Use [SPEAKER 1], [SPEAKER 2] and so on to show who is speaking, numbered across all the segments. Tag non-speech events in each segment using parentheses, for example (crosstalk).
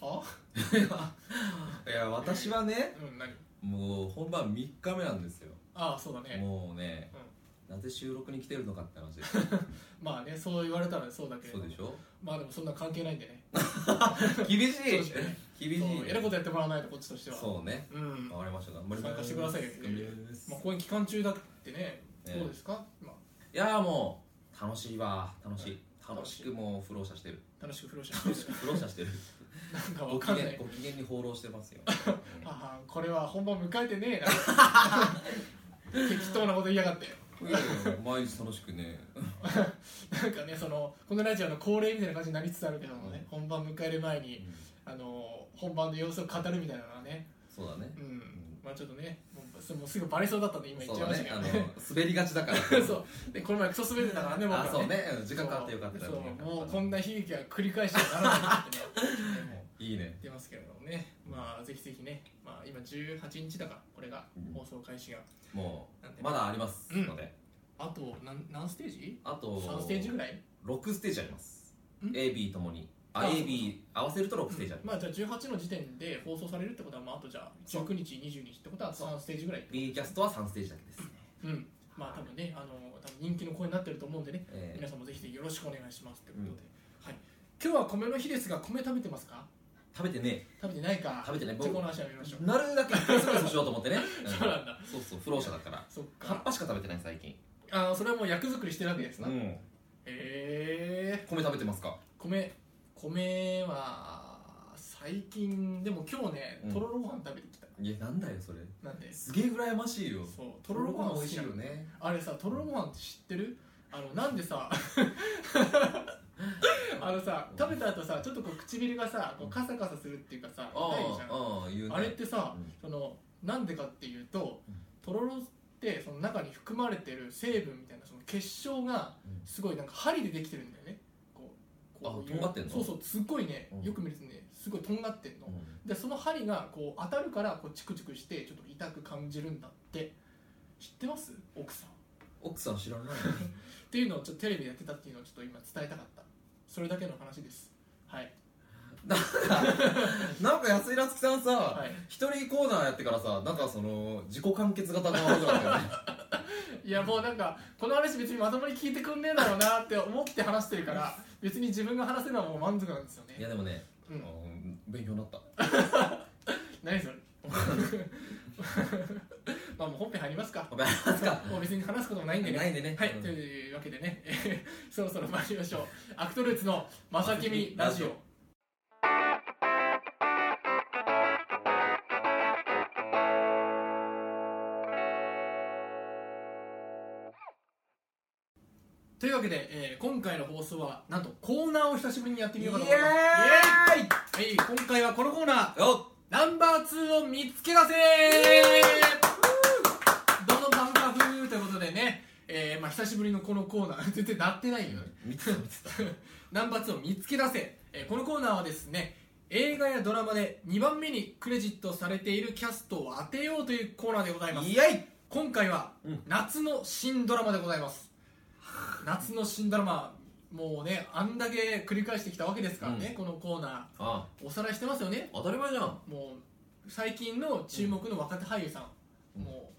[SPEAKER 1] はい
[SPEAKER 2] や私はね
[SPEAKER 1] うん何
[SPEAKER 2] もう本番3日目なんですよ
[SPEAKER 1] ああそうだね
[SPEAKER 2] もうね
[SPEAKER 1] うん
[SPEAKER 2] なぜ収録に来てるのかって話で
[SPEAKER 1] まあねそう言われたらそうだけれど
[SPEAKER 2] そう
[SPEAKER 1] も
[SPEAKER 2] でしょ
[SPEAKER 1] まあでもそんな関係ないんでね
[SPEAKER 2] 厳しい
[SPEAKER 1] そうですね
[SPEAKER 2] 厳しい
[SPEAKER 1] そうやることとやってもらわないとこっちとしては
[SPEAKER 2] そうね
[SPEAKER 1] うん
[SPEAKER 2] わかりました頑張ります
[SPEAKER 1] 参加してくださいよ
[SPEAKER 2] 頑張ります
[SPEAKER 1] まあ公演期間中だってね
[SPEAKER 2] ね
[SPEAKER 1] どうですかま
[SPEAKER 2] いやーもう楽しいわ楽しい
[SPEAKER 1] うん
[SPEAKER 2] 楽しくもう不老者してる
[SPEAKER 1] あ楽しく風呂し
[SPEAKER 2] 楽しく
[SPEAKER 1] て
[SPEAKER 2] 不老者してる
[SPEAKER 1] なんかわ
[SPEAKER 2] ご
[SPEAKER 1] か
[SPEAKER 2] 機
[SPEAKER 1] んな
[SPEAKER 2] 嫌
[SPEAKER 1] い
[SPEAKER 2] ご機嫌に放浪してますよ
[SPEAKER 1] あはんこれは本番迎えてねえな適当なこと言いやがって
[SPEAKER 2] いやいや毎日楽しくね
[SPEAKER 1] なんかねそのこのラジオの恒例みたいな感じになりつつあるけどもね、本番迎える前にあの本番の様子を語るみたいなのはね
[SPEAKER 2] そうだね
[SPEAKER 1] うん、まあちょっとねもうすもうすぐバレそうだったんで今言っ
[SPEAKER 2] そう
[SPEAKER 1] ちゃいま
[SPEAKER 2] だ
[SPEAKER 1] したけ
[SPEAKER 2] ねあ
[SPEAKER 1] ど
[SPEAKER 2] の
[SPEAKER 1] ね
[SPEAKER 2] 滑りがちだから
[SPEAKER 1] (laughs) そうでこの前クソ滑ってたからね僕は
[SPEAKER 2] あそうねうん時間かかってよかった
[SPEAKER 1] そ
[SPEAKER 2] よ
[SPEAKER 1] う
[SPEAKER 2] よかった
[SPEAKER 1] もうこんな悲劇は繰り返してはならないってねでも
[SPEAKER 2] いいね
[SPEAKER 1] 出ますけれどもねまあぜひぜひね、まあ、今18日だからこれが
[SPEAKER 2] うん
[SPEAKER 1] 放送開始が、
[SPEAKER 2] も
[SPEAKER 1] なんで
[SPEAKER 2] うまだありますので、
[SPEAKER 1] あと何何ステージ
[SPEAKER 2] あと
[SPEAKER 1] ?3 ステージぐらい
[SPEAKER 2] 6ステージあります
[SPEAKER 1] ん
[SPEAKER 2] AB ともにあ
[SPEAKER 1] あ
[SPEAKER 2] AB 合わせると6ステージある、
[SPEAKER 1] まあじゃあ18の時点で放送されるってことは、まあ、あとじゃあ
[SPEAKER 2] そう
[SPEAKER 1] 19日20日ってことは3ステージぐらい
[SPEAKER 2] B キャストは3ステージだけですね、
[SPEAKER 1] うんまあ多分ねあの多分人気の声になってると思うんでね
[SPEAKER 2] え
[SPEAKER 1] 皆
[SPEAKER 2] ー
[SPEAKER 1] さんもぜひぜひよろしくお願いしますってことで、
[SPEAKER 2] うん
[SPEAKER 1] はい今日は米の日ですが米食べてますか
[SPEAKER 2] 食べてね
[SPEAKER 1] 食べてないか
[SPEAKER 2] 食べてない
[SPEAKER 1] じゃあこ
[SPEAKER 2] 僕
[SPEAKER 1] の話はやめましょう、
[SPEAKER 2] なるだけスラスラしようと思ってね、
[SPEAKER 1] (laughs)
[SPEAKER 2] ん
[SPEAKER 1] そうなんだ
[SPEAKER 2] そうそう不老者だから
[SPEAKER 1] そっ
[SPEAKER 2] 葉っ
[SPEAKER 1] か
[SPEAKER 2] ぱしか食べてない最近
[SPEAKER 1] あそれはもう役作りしてるわけですな、へ
[SPEAKER 2] ん
[SPEAKER 1] え
[SPEAKER 2] 米食べてますか
[SPEAKER 1] 米米は最近でも今日ね
[SPEAKER 2] うん
[SPEAKER 1] とろろご飯食べてきた、
[SPEAKER 2] いやなんだよそれ
[SPEAKER 1] なんです
[SPEAKER 2] げえ羨ましいよ
[SPEAKER 1] そうと
[SPEAKER 2] と
[SPEAKER 1] ろ
[SPEAKER 2] ろ
[SPEAKER 1] ろ
[SPEAKER 2] ろ
[SPEAKER 1] ご飯
[SPEAKER 2] ご飯
[SPEAKER 1] 好
[SPEAKER 2] 美
[SPEAKER 1] き
[SPEAKER 2] 味しい
[SPEAKER 1] な
[SPEAKER 2] よ
[SPEAKER 1] の
[SPEAKER 2] ね
[SPEAKER 1] あれさとろろご飯って知ってるあのなんで
[SPEAKER 2] (laughs)
[SPEAKER 1] さあのさ食べた後さちょっとこう唇がさこうカサカサするっていうかさ
[SPEAKER 2] あ
[SPEAKER 1] 痛いじゃん
[SPEAKER 2] あああ言うね
[SPEAKER 1] あれってさ、
[SPEAKER 2] うん
[SPEAKER 1] そのなんでかっていうと
[SPEAKER 2] うん
[SPEAKER 1] とろろってその中に含まれてる成分みたいなその結晶が
[SPEAKER 2] うん
[SPEAKER 1] すごいなんか針でできてるんだよねこうこういう
[SPEAKER 2] あとんがってんの
[SPEAKER 1] そうそうすっごいね
[SPEAKER 2] うん
[SPEAKER 1] よく見るとねすごいとんがってんの、
[SPEAKER 2] うん
[SPEAKER 1] でその針がこう当たるからこうチクチクしてちょっと痛く感じるんだって知ってます奥さんっ
[SPEAKER 2] 奥さん知らないの
[SPEAKER 1] ていうのをちょっとテレビでやってたっていうのをちょっと今伝えたかったそれだけの話ですはい
[SPEAKER 2] (laughs) なんか安井らつきさんさ、
[SPEAKER 1] はい
[SPEAKER 2] 一人コーナーやってからさなんかその自己完結型が多か (laughs) ったよね
[SPEAKER 1] いやもうなんかこの話別にまともに聞いてくんねえだろうなって思って話してるから別に自分が話せるのはもう満足なんですよ
[SPEAKER 2] い
[SPEAKER 1] ね
[SPEAKER 2] やでもね、
[SPEAKER 1] う
[SPEAKER 2] うんん、勉強にな (laughs) った
[SPEAKER 1] 何それ (laughs) まあもう本編入りますか
[SPEAKER 2] ごめんなさ
[SPEAKER 1] もう別に話すこともないんでね
[SPEAKER 2] ないんでね
[SPEAKER 1] はい、
[SPEAKER 2] うん
[SPEAKER 1] というわけでね (laughs) そろそろ参りましょうアクトルーツの「まさきみラジオ」というわけで、えー今回の放送はなんとコーナーを久しぶりにやってみようかと思います
[SPEAKER 2] イエーイ
[SPEAKER 1] イエーイはい、今回はこのコーナー
[SPEAKER 2] お
[SPEAKER 1] ナンバー2を見つけ出せどのバンバフーということでね、えーまあ、久しぶりのこのコーナー (laughs) 全然鳴ってないよね
[SPEAKER 2] 見てた見てた
[SPEAKER 1] ナンバー2を見つけ出せ、えーこのコーナーはですね映画やドラマで2番目にクレジットされているキャストを当てようというコーナーでございます
[SPEAKER 2] イエイ
[SPEAKER 1] 今回は
[SPEAKER 2] うん
[SPEAKER 1] 夏の新ドラマでございます、夏の新ドラマもうねあんだけ繰り返してきたわけですからね、このコーナ
[SPEAKER 2] あ
[SPEAKER 1] ーおさらいしてますよね
[SPEAKER 2] 当たり前じゃん
[SPEAKER 1] もう最近の注目の若手俳優さん、
[SPEAKER 2] うん
[SPEAKER 1] も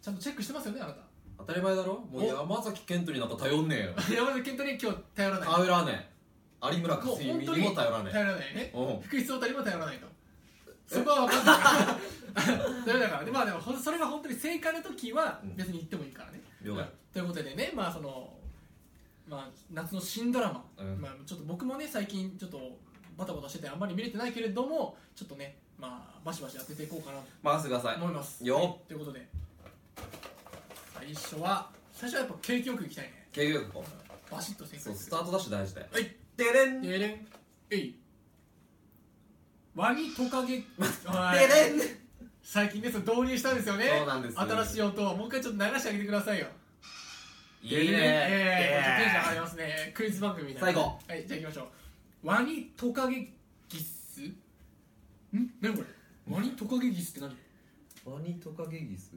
[SPEAKER 1] うちゃんとチェックしてますよねあなた
[SPEAKER 2] 当たり前だろもう
[SPEAKER 1] お
[SPEAKER 2] 山崎賢人になんか頼んねえ
[SPEAKER 1] (laughs)
[SPEAKER 2] よ
[SPEAKER 1] 山田健人に今日頼らない
[SPEAKER 2] 頼らねえ有村架
[SPEAKER 1] もう
[SPEAKER 2] 純
[SPEAKER 1] 本
[SPEAKER 2] に
[SPEAKER 1] 当
[SPEAKER 2] も
[SPEAKER 1] に
[SPEAKER 2] 頼らねえ
[SPEAKER 1] 頼らないね
[SPEAKER 2] うん
[SPEAKER 1] 福士蒼汰にも頼らないとそこは分かんない (laughs) ダメだからでまあでもほんそれが本当に正解の時は
[SPEAKER 2] うん
[SPEAKER 1] 別に言ってもいいからね、
[SPEAKER 2] 了解
[SPEAKER 1] ということでねまあそのまあ夏の新ドラマ、
[SPEAKER 2] うん
[SPEAKER 1] まあ、ちょっと僕もね最近ちょっとバタバタしててあんまり見れてないけれどもちょっとねまあバシバシ当てていこうかなと
[SPEAKER 2] 回してください
[SPEAKER 1] 思います
[SPEAKER 2] よっ
[SPEAKER 1] はいということで最初は最初はやっぱ景気よくいきたいね
[SPEAKER 2] 経験こ
[SPEAKER 1] バシッと正解
[SPEAKER 2] そうスタートダッシュ大事だよ
[SPEAKER 1] はい
[SPEAKER 2] てれん
[SPEAKER 1] で
[SPEAKER 2] て
[SPEAKER 1] れんえいワニトカ
[SPEAKER 2] (laughs)
[SPEAKER 1] ゲはい
[SPEAKER 2] れん
[SPEAKER 1] 最近ねそれ導入したんですよね
[SPEAKER 2] そうなんです
[SPEAKER 1] 新しい音をもう一回ちょっと流してあげてくださいよ
[SPEAKER 2] いい
[SPEAKER 1] でれんええテンション上が
[SPEAKER 2] ね
[SPEAKER 1] りますねクイズ番組みたいな
[SPEAKER 2] 最後
[SPEAKER 1] はいじゃあ行きましょうワニトカゲギスん何これワニトカゲギスって何
[SPEAKER 2] ワニトカゲギス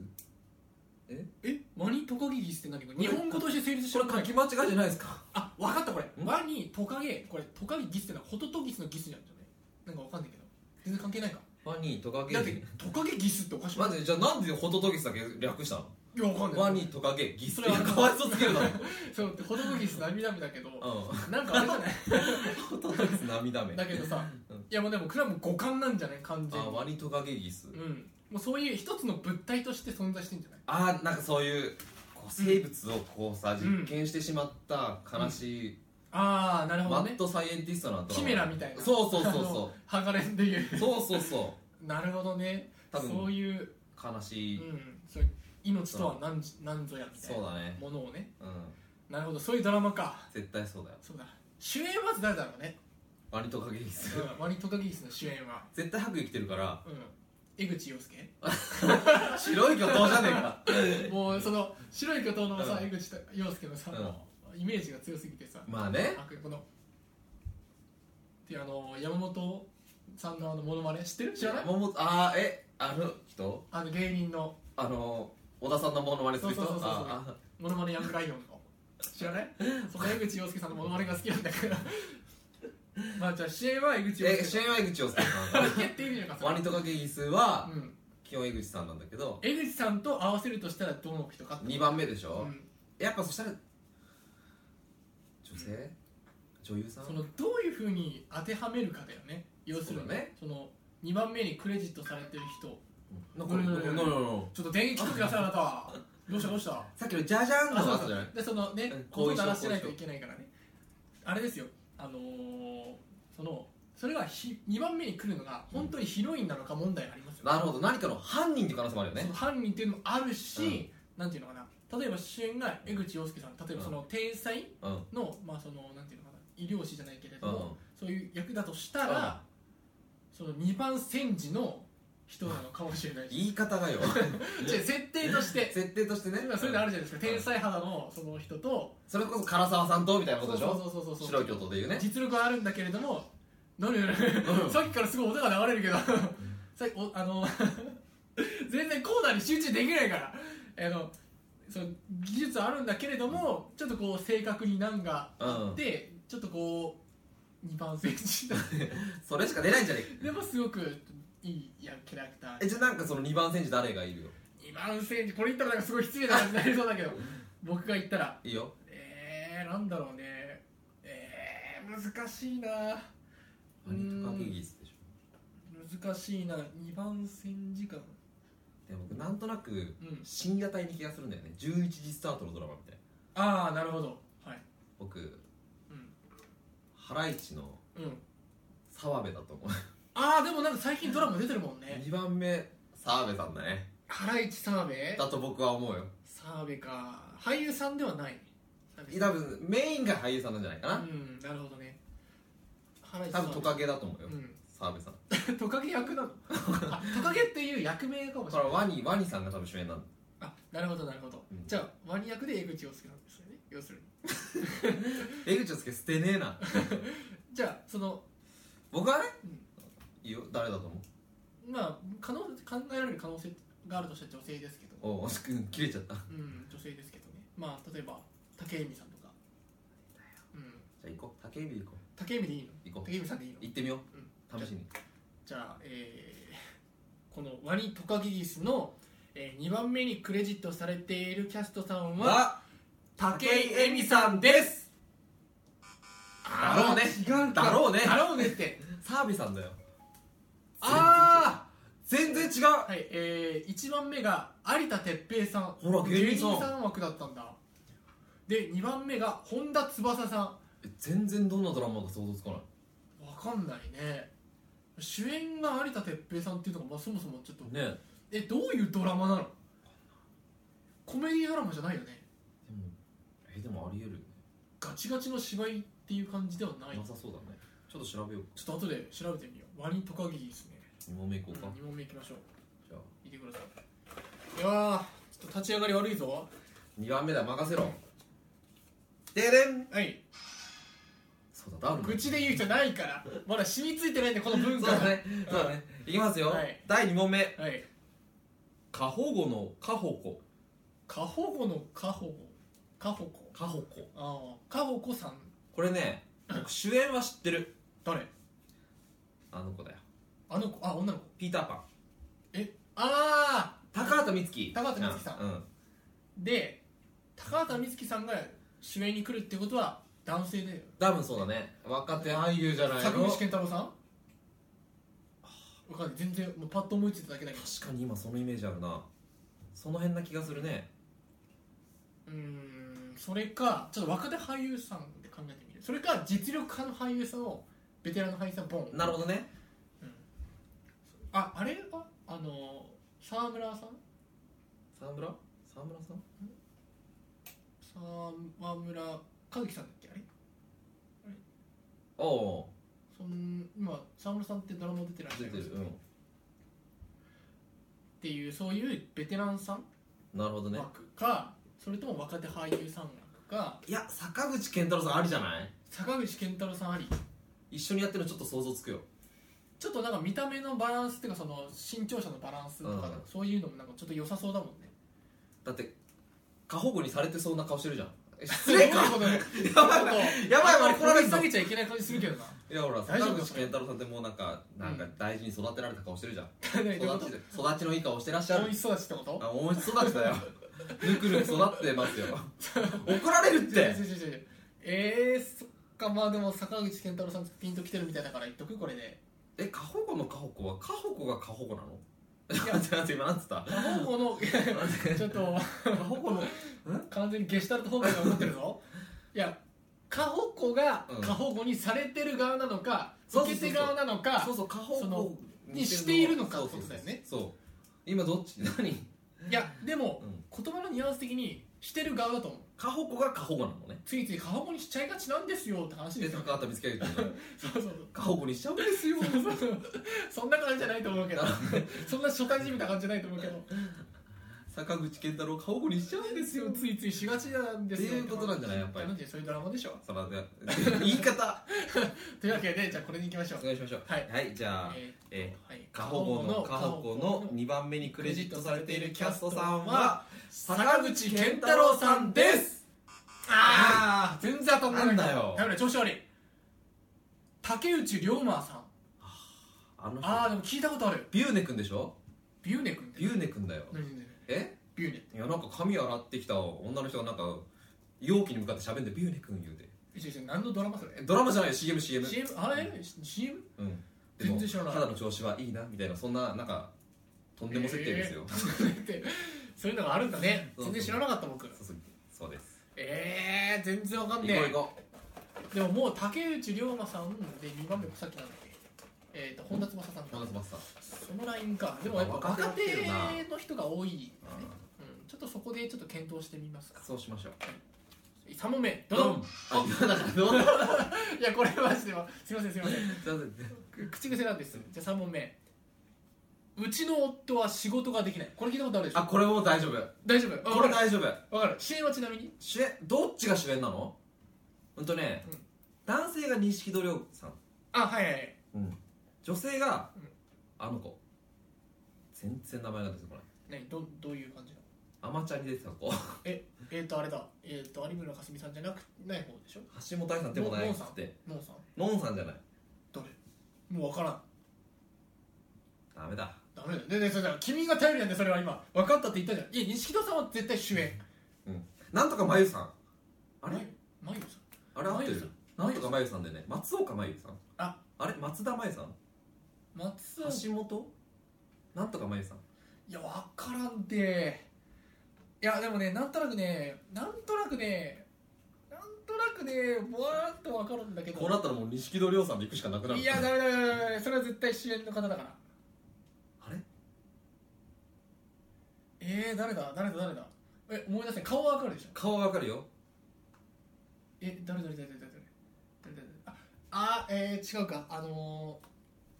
[SPEAKER 1] えワニトカゲギスって何これ日本語として成立して
[SPEAKER 2] こ
[SPEAKER 1] る
[SPEAKER 2] れ書き間違いじゃないですか
[SPEAKER 1] あ分かったこれ
[SPEAKER 2] ん
[SPEAKER 1] ワニトカゲこれトカゲギスってのはホトトギスのギスなんじゃないなんかわかんないけど全然関係ないか
[SPEAKER 2] ファニートカゲ
[SPEAKER 1] だってトカゲギスっておかしくな
[SPEAKER 2] マ
[SPEAKER 1] い
[SPEAKER 2] ジでじゃあなんでホトトギスだけ略したの
[SPEAKER 1] いやわかん
[SPEAKER 2] フ
[SPEAKER 1] な
[SPEAKER 2] ァ
[SPEAKER 1] い
[SPEAKER 2] ニートカゲギス
[SPEAKER 1] そ
[SPEAKER 2] い
[SPEAKER 1] れは
[SPEAKER 2] やかわいそうすぎるだろ
[SPEAKER 1] (laughs) そうホトトギス涙目だけど
[SPEAKER 2] う
[SPEAKER 1] なんかあれじゃない
[SPEAKER 2] んホトトギス涙目
[SPEAKER 1] だけどさ
[SPEAKER 2] うん
[SPEAKER 1] いやもうでもクラブ五感なんじゃない完
[SPEAKER 2] あ
[SPEAKER 1] 全に
[SPEAKER 2] ワニトカゲギス
[SPEAKER 1] うんもうそういう一つの物体として存在してんじゃない
[SPEAKER 2] あーなんかそういうこう生物をこうさ
[SPEAKER 1] うん
[SPEAKER 2] 実験してしまった悲しい
[SPEAKER 1] ああなるほ
[SPEAKER 2] マ
[SPEAKER 1] ど
[SPEAKER 2] ッ
[SPEAKER 1] ね
[SPEAKER 2] ドサイエンティストなドラマ
[SPEAKER 1] キメラみたいな
[SPEAKER 2] そうそうそう
[SPEAKER 1] あの
[SPEAKER 2] そ
[SPEAKER 1] 剥がれんでいう (laughs)
[SPEAKER 2] うそうそうそ
[SPEAKER 1] なるほどね
[SPEAKER 2] う多
[SPEAKER 1] そう
[SPEAKER 2] 分
[SPEAKER 1] いう、
[SPEAKER 2] 悲
[SPEAKER 1] う
[SPEAKER 2] しい
[SPEAKER 1] ん、そういう命とは何じ何ぞやみたい
[SPEAKER 2] そう
[SPEAKER 1] な
[SPEAKER 2] だね
[SPEAKER 1] ものをね
[SPEAKER 2] うん
[SPEAKER 1] なるほどそういうドラマか
[SPEAKER 2] 絶対そうだよ
[SPEAKER 1] そうだ主演はまず誰だろうね、
[SPEAKER 2] ワニトカゲギス
[SPEAKER 1] うん、ワニトカゲギスの主演は、
[SPEAKER 2] 絶対白衣着てるから
[SPEAKER 1] うん、江口洋介
[SPEAKER 2] 白い巨頭じゃねえ
[SPEAKER 1] (laughs)
[SPEAKER 2] か
[SPEAKER 1] もうその白い巨頭のさ
[SPEAKER 2] うん
[SPEAKER 1] 江口洋介のさ、イメージが強すぎてさ、
[SPEAKER 2] まあね
[SPEAKER 1] あこのであの山本さんのあのモノマネ知ってる知らない
[SPEAKER 2] ももあーえあの人
[SPEAKER 1] あの芸人の
[SPEAKER 2] あの小田さんのモノマネする人
[SPEAKER 1] そうそうそうそう
[SPEAKER 2] ああ
[SPEAKER 1] モノマネヤングライオンの知ら
[SPEAKER 2] (laughs)
[SPEAKER 1] ないその江口洋介さんのモノマネが好きなんだからまあじゃあ試合は江口洋
[SPEAKER 2] え
[SPEAKER 1] 介
[SPEAKER 2] 主
[SPEAKER 1] さん
[SPEAKER 2] 演は江口洋介さ
[SPEAKER 1] (laughs) 決定いいじゃんか
[SPEAKER 2] んワニトカゲギスは
[SPEAKER 1] うん
[SPEAKER 2] 基本江口さんなんだけど
[SPEAKER 1] 江口さんと合わせるとしたらどの人かって
[SPEAKER 2] 2番目でし
[SPEAKER 1] う
[SPEAKER 2] ょ、
[SPEAKER 1] ん
[SPEAKER 2] やっぱそしたら女性女優さん
[SPEAKER 1] そのどういうふうに当てはめるかだよね要するに
[SPEAKER 2] そうだね
[SPEAKER 1] その2番目にクレジットされてる人
[SPEAKER 2] なんか
[SPEAKER 1] うん
[SPEAKER 2] なんかなんかなんか
[SPEAKER 1] ちょっと電撃切ってくださいあなたどうしたどうした
[SPEAKER 2] さっきのジャジャーン
[SPEAKER 1] あ
[SPEAKER 2] の
[SPEAKER 1] そう
[SPEAKER 2] 後
[SPEAKER 1] そ
[SPEAKER 2] じゃな
[SPEAKER 1] う
[SPEAKER 2] い
[SPEAKER 1] でそのね
[SPEAKER 2] うん
[SPEAKER 1] こ
[SPEAKER 2] 後
[SPEAKER 1] う
[SPEAKER 2] 遺症
[SPEAKER 1] 鳴らしてないといけないからねあれですよあのーそのそれがひ2番目に来るのが本当にヒロインなのか問題ありますよ、
[SPEAKER 2] なるほど何かの犯人って可能性もあるよ
[SPEAKER 1] そ
[SPEAKER 2] ね
[SPEAKER 1] の犯人っていうのもあるし、なんていうのかな例えば主演が江口洋介さん例えばその天才
[SPEAKER 2] うんうん
[SPEAKER 1] の、まあそのなんていうのかな医療士じゃないけれども、そういう役だとしたら、その2番戦時の人なのかもしれないし
[SPEAKER 2] 言い
[SPEAKER 1] (laughs)
[SPEAKER 2] 方がよ
[SPEAKER 1] 違う設定として
[SPEAKER 2] 設定としてね
[SPEAKER 1] 今それであるじゃないですか天才肌のその人と
[SPEAKER 2] それこそ唐沢さんとみたいなこ
[SPEAKER 1] そ
[SPEAKER 2] と
[SPEAKER 1] う
[SPEAKER 2] でし
[SPEAKER 1] そう
[SPEAKER 2] ょ
[SPEAKER 1] そうそうそう
[SPEAKER 2] 白い巨頭でいうね
[SPEAKER 1] 実力はあるんだけれども何何何さっきからすごい音が流れるけどさっきおあの全然コーナーに集中できないからあのその技術はあるんだけれどもちょっとこう正確に難があって、ちょっとこう2番戦士だ
[SPEAKER 2] それしか出ないんじゃね
[SPEAKER 1] でもすごくいいやキャラクター
[SPEAKER 2] ええじゃあなんかその2番選手誰がいるよ
[SPEAKER 1] 2番戦士これ言ったらなんかすごい失礼な感じになりそうだけど僕が言ったら
[SPEAKER 2] いいよ
[SPEAKER 1] えー、なんだろうねえー、難しいなう
[SPEAKER 2] アニトカゲ
[SPEAKER 1] ん
[SPEAKER 2] ギスでしょ
[SPEAKER 1] 難しいな2番戦時間
[SPEAKER 2] でも僕なんとなく
[SPEAKER 1] うん
[SPEAKER 2] 深夜帯に気がするんだよね11時スタートのドラマみたいな
[SPEAKER 1] ああなるほどはい
[SPEAKER 2] 僕
[SPEAKER 1] うん、
[SPEAKER 2] ハライチの
[SPEAKER 1] うん、
[SPEAKER 2] 澤部だと思う
[SPEAKER 1] ああでもなんか最近ドラマ出てるもんね
[SPEAKER 2] 2番目澤部さんだね
[SPEAKER 1] ハライチ澤部
[SPEAKER 2] だと僕は思うよ
[SPEAKER 1] 澤部か俳優さんではない澤部さん
[SPEAKER 2] 多分メインが俳優さんなんじゃないかな
[SPEAKER 1] うんなるほどねハライチ
[SPEAKER 2] 多
[SPEAKER 1] 澤
[SPEAKER 2] 分
[SPEAKER 1] 部
[SPEAKER 2] トカゲだと思うよ
[SPEAKER 1] うん、 (laughs)
[SPEAKER 2] 澤部さんこ
[SPEAKER 1] トカゲ役なのあトカゲっていう役名かもしれ
[SPEAKER 2] れ
[SPEAKER 1] ない
[SPEAKER 2] はワニワニさんが多分主演なんだ
[SPEAKER 1] あなるほどなるほど、
[SPEAKER 2] うん
[SPEAKER 1] じゃあワニ役で江口洋介なんですよね要するに
[SPEAKER 2] 江口つけ捨てねえな
[SPEAKER 1] じゃあその
[SPEAKER 2] 僕はね
[SPEAKER 1] うん
[SPEAKER 2] いいよ誰だと思う
[SPEAKER 1] まあ可能考えられる可能性があるとしたら女性ですけど
[SPEAKER 2] おお (laughs) 切れちゃったじゃ
[SPEAKER 1] うん、女性ですけどね。まあ、例えば、竹恵美さんとか。うん、
[SPEAKER 2] あ行こう竹指行こ
[SPEAKER 1] 竹恵美でいいの
[SPEAKER 2] う行こう
[SPEAKER 1] 竹恵美さんでいいの
[SPEAKER 2] 行ってみよ
[SPEAKER 1] うん
[SPEAKER 2] う試しに
[SPEAKER 1] じゃあ、えーこのワニトカゲギスの、え2番目にクレジットされているキャストさんは、
[SPEAKER 2] は
[SPEAKER 1] 竹井恵美さんです
[SPEAKER 2] だろうね
[SPEAKER 1] あー違うか
[SPEAKER 2] だろうね
[SPEAKER 1] だろうねって。
[SPEAKER 2] 澤部さんだよ
[SPEAKER 1] あ
[SPEAKER 2] 全然違う
[SPEAKER 1] はい、え1番目が有田哲平さん。
[SPEAKER 2] ほら芸人さん
[SPEAKER 1] 枠だったんだ。で、2番目が本田翼さん。
[SPEAKER 2] え全然どんなドラマか想像つかない
[SPEAKER 1] わかんないね主演が有田哲平さんっていうのが、まあ、そもそもちょっと
[SPEAKER 2] ねえ
[SPEAKER 1] えどういうドラマなのコメディドラマじゃないよね
[SPEAKER 2] でもえでもありえるよね
[SPEAKER 1] ガチガチの芝居っていう感じではない
[SPEAKER 2] なさそうだねちょっと調べよう
[SPEAKER 1] ちょっと後で調べてみようワニトカゲですね
[SPEAKER 2] 2問目行こ
[SPEAKER 1] うん、
[SPEAKER 2] うか
[SPEAKER 1] 2問目いきましょう
[SPEAKER 2] じゃあ
[SPEAKER 1] 見てくださいいやーちょっと立ち上がり悪いぞ
[SPEAKER 2] 2番目だ任せろでれん
[SPEAKER 1] はい
[SPEAKER 2] そうだダウン
[SPEAKER 1] 愚痴で言う人ないからまだ染みついてないんでこの文
[SPEAKER 2] そう
[SPEAKER 1] 化が
[SPEAKER 2] だねそうだねいきますよ、
[SPEAKER 1] はい
[SPEAKER 2] 第2問目
[SPEAKER 1] はい
[SPEAKER 2] 過保護の過保護
[SPEAKER 1] 過保護の過保護過保護
[SPEAKER 2] 過保護
[SPEAKER 1] ああ過保護さん
[SPEAKER 2] これね僕主演は知ってる
[SPEAKER 1] 誰
[SPEAKER 2] あの子だよ
[SPEAKER 1] あの子あ女の子
[SPEAKER 2] ピーターパン
[SPEAKER 1] えああ
[SPEAKER 2] 高畑充希
[SPEAKER 1] 高畑充希さん
[SPEAKER 2] うん、
[SPEAKER 1] で高畑充希さんが主演に来るってことは男性で
[SPEAKER 2] 多分そうだね若手俳優じゃないの
[SPEAKER 1] 坂口健太郎さんわかんない全然もうパッと思いついただけだけど
[SPEAKER 2] 確かに今そのイメージあるなその辺な気がするね
[SPEAKER 1] うーんそれかちょっと若手俳優さんで考えてみるそれか実力派の俳優さんをベテランの俳優さんボン
[SPEAKER 2] なるほどね
[SPEAKER 1] ああれはあの沢村さん
[SPEAKER 2] 沢村沢村さん
[SPEAKER 1] 沢村和樹さんだっけあれ
[SPEAKER 2] おお
[SPEAKER 1] そん今沢村さんってドラマ出てらっし
[SPEAKER 2] 出
[SPEAKER 1] ゃい
[SPEAKER 2] て
[SPEAKER 1] ます
[SPEAKER 2] る
[SPEAKER 1] よね
[SPEAKER 2] う
[SPEAKER 1] っていうそういうベテランさん
[SPEAKER 2] んなるほどね
[SPEAKER 1] 枠か、それとも若手俳優さん枠か
[SPEAKER 2] いや坂口健太郎さんありじゃない
[SPEAKER 1] 坂口健太郎さんあり
[SPEAKER 2] 一緒にやってるのちょっと想像つくよ
[SPEAKER 1] ちょっとなんか見た目のバランスっていうかその身長差のバランスとか、
[SPEAKER 2] うん
[SPEAKER 1] そういうのもなんかちょっと良さそうだもんね
[SPEAKER 2] だって過保護にされてそうな顔してるじゃんえ失礼か
[SPEAKER 1] どういう
[SPEAKER 2] やばいわやばいわ
[SPEAKER 1] これ掘
[SPEAKER 2] 怒られ
[SPEAKER 1] り
[SPEAKER 2] るぞ
[SPEAKER 1] 下げちゃいけない感じする
[SPEAKER 2] (laughs)
[SPEAKER 1] けどな
[SPEAKER 2] (laughs) いやほら
[SPEAKER 1] 大丈夫
[SPEAKER 2] 坂
[SPEAKER 1] です
[SPEAKER 2] 口健太郎さんってもうなんかなんか大事に育てられた顔してるじゃん
[SPEAKER 1] 何ど
[SPEAKER 2] 育
[SPEAKER 1] ういうこ
[SPEAKER 2] ちで育ちのいい顔してらっし
[SPEAKER 1] と
[SPEAKER 2] ゃ
[SPEAKER 1] お
[SPEAKER 2] る
[SPEAKER 1] いしそうだしってこと
[SPEAKER 2] あ温室育ちだよぬくぬく育ってますよ (laughs) 怒られる
[SPEAKER 1] 違
[SPEAKER 2] っ
[SPEAKER 1] う
[SPEAKER 2] て
[SPEAKER 1] 違う違う違うえー、そっかまあでも坂口健太郎さんピンときてるみたいだから言っとくこれ
[SPEAKER 2] (laughs)
[SPEAKER 1] で
[SPEAKER 2] え過保護の過保護は過保護が過保護なの
[SPEAKER 1] いや
[SPEAKER 2] (laughs) 待って待って今なんつった
[SPEAKER 1] 過保護のちょっと
[SPEAKER 2] 過保護の
[SPEAKER 1] 完全にゲシュタルト崩壊が起こってるぞいや過保護が
[SPEAKER 2] うん
[SPEAKER 1] 過保護にされてる側なのか、
[SPEAKER 2] そう
[SPEAKER 1] 受
[SPEAKER 2] そう
[SPEAKER 1] け
[SPEAKER 2] そうそ
[SPEAKER 1] 手側
[SPEAKER 2] う
[SPEAKER 1] なのか
[SPEAKER 2] そうそう過保
[SPEAKER 1] そ
[SPEAKER 2] 護
[SPEAKER 1] のにしているのかってことだよね
[SPEAKER 2] そうそうそう今どっち (laughs) 何
[SPEAKER 1] いやでも、言葉のニュアンス的にしてる側だと思う
[SPEAKER 2] 過保護が過保護なのね
[SPEAKER 1] ついつい過保護にしちゃいがちなんですよって話で
[SPEAKER 2] です
[SPEAKER 1] よ
[SPEAKER 2] 高畑見つけるっていうの
[SPEAKER 1] そうそうそう
[SPEAKER 2] 過保護にしちゃうんですよ (laughs)
[SPEAKER 1] そうそうそんな感じじゃないと思うけど
[SPEAKER 2] なる
[SPEAKER 1] そんな初対じみた感じじゃないと思うけど
[SPEAKER 2] 坂口健太郎過保護にしちゃうんですよ
[SPEAKER 1] ついついしがちなんですよ
[SPEAKER 2] っていうことなんじゃないやっぱり
[SPEAKER 1] なんでそういう (laughs) ドラマでしょ
[SPEAKER 2] それで (laughs) 言い
[SPEAKER 1] (laughs)
[SPEAKER 2] 方
[SPEAKER 1] というわけでじゃあこれに行きましょう
[SPEAKER 2] お願いしましょう
[SPEAKER 1] はい
[SPEAKER 2] はいじゃあ
[SPEAKER 1] え
[SPEAKER 2] え
[SPEAKER 1] ーはい
[SPEAKER 2] ー過保護の過保護の2番目にクレジットされているキャストさんは坂口健太郎さんです
[SPEAKER 1] ああ全然当たんない
[SPEAKER 2] なんだよ
[SPEAKER 1] だめだ調子悪い竹内涼真さん
[SPEAKER 2] あの人
[SPEAKER 1] ああでも聞いたことある
[SPEAKER 2] ビューネくんでしょ
[SPEAKER 1] ビューネ君って
[SPEAKER 2] ビューネくんだよ
[SPEAKER 1] 何何何
[SPEAKER 2] え
[SPEAKER 1] ビューネ
[SPEAKER 2] いやなんか髪洗ってきた女の人がなんか容器に向かって喋んでビューネくん言うて
[SPEAKER 1] え違う違う何のドラマそれ
[SPEAKER 2] えドラマじゃないよ CMCM
[SPEAKER 1] CM あれ CM?
[SPEAKER 2] うんで
[SPEAKER 1] 全
[SPEAKER 2] も
[SPEAKER 1] 然知らない
[SPEAKER 2] 肌の調子はいいなみたいなそんななんかとんでも設定ですよ、
[SPEAKER 1] って (laughs) そういうのがあるんだね
[SPEAKER 2] そう
[SPEAKER 1] 全然知らなかった僕
[SPEAKER 2] そうそうそうです
[SPEAKER 1] ええ全然わかん
[SPEAKER 2] 行こ
[SPEAKER 1] ね
[SPEAKER 2] う行こ
[SPEAKER 1] えでももう竹内涼真さんで2番目さっきなんだっけえっと本田翼さん
[SPEAKER 2] う本田翼さん
[SPEAKER 1] そのラインかでもやっぱ若
[SPEAKER 2] 若手
[SPEAKER 1] 手
[SPEAKER 2] だな
[SPEAKER 1] の人が多いね
[SPEAKER 2] あ
[SPEAKER 1] うんちょっとそこでちょっと検討してみますか
[SPEAKER 2] ーそうしましょう
[SPEAKER 1] 3問目ドン
[SPEAKER 2] あだからドン
[SPEAKER 1] いやこれマジではすいませんすいません
[SPEAKER 2] すいません
[SPEAKER 1] く口癖なんですじゃあ3問目うちの夫は仕事ができないこれ聞いたことあるでしょ
[SPEAKER 2] (laughs) あこれもう大丈夫
[SPEAKER 1] 大丈夫
[SPEAKER 2] これ大丈夫
[SPEAKER 1] 分かる支援はちなみに
[SPEAKER 2] 主演どっちが主演なのうんとね、
[SPEAKER 1] うん
[SPEAKER 2] 男性が錦戸亮さん、
[SPEAKER 1] あはいはいはい
[SPEAKER 2] 女性が、
[SPEAKER 1] うん
[SPEAKER 2] あの子全然名前が出てこない
[SPEAKER 1] 何どどういう感じの
[SPEAKER 2] アマチャに出てた子
[SPEAKER 1] えっ、とあれだえっ、と有村架純さんじゃなくない方でしょ
[SPEAKER 2] 橋本愛さんでもないっつって
[SPEAKER 1] ノンさん
[SPEAKER 2] ノンさんじゃない
[SPEAKER 1] どれもう分からん
[SPEAKER 2] ダメだ
[SPEAKER 1] ダメだよねねそれだから君が頼りなんでそれは今分かったって言ったじゃんいや錦戸さんは絶対主演
[SPEAKER 2] なんとかまゆさんあれ
[SPEAKER 1] マユさん
[SPEAKER 2] あれ合って
[SPEAKER 1] まゆさ
[SPEAKER 2] るなんとかまゆさんでね松岡まゆさん
[SPEAKER 1] あ
[SPEAKER 2] あれ松田まゆさん
[SPEAKER 1] 松尾
[SPEAKER 2] 橋本なんとかまゆさん
[SPEAKER 1] いや分からんていやでもねなんとなくねなんとなくねなんとなくねぼわーっと分かるんだけど
[SPEAKER 2] こうなったらもう錦戸亮さんで行くしかなくなる
[SPEAKER 1] いやダメダメダメダメそれは絶対主演の方だから
[SPEAKER 2] あれ
[SPEAKER 1] えー、誰だ誰だ誰だえ思い出せない顔は分かるでしょ
[SPEAKER 2] 顔はわかるよ
[SPEAKER 1] え誰誰誰誰誰誰誰誰ああえー、違うかあのー、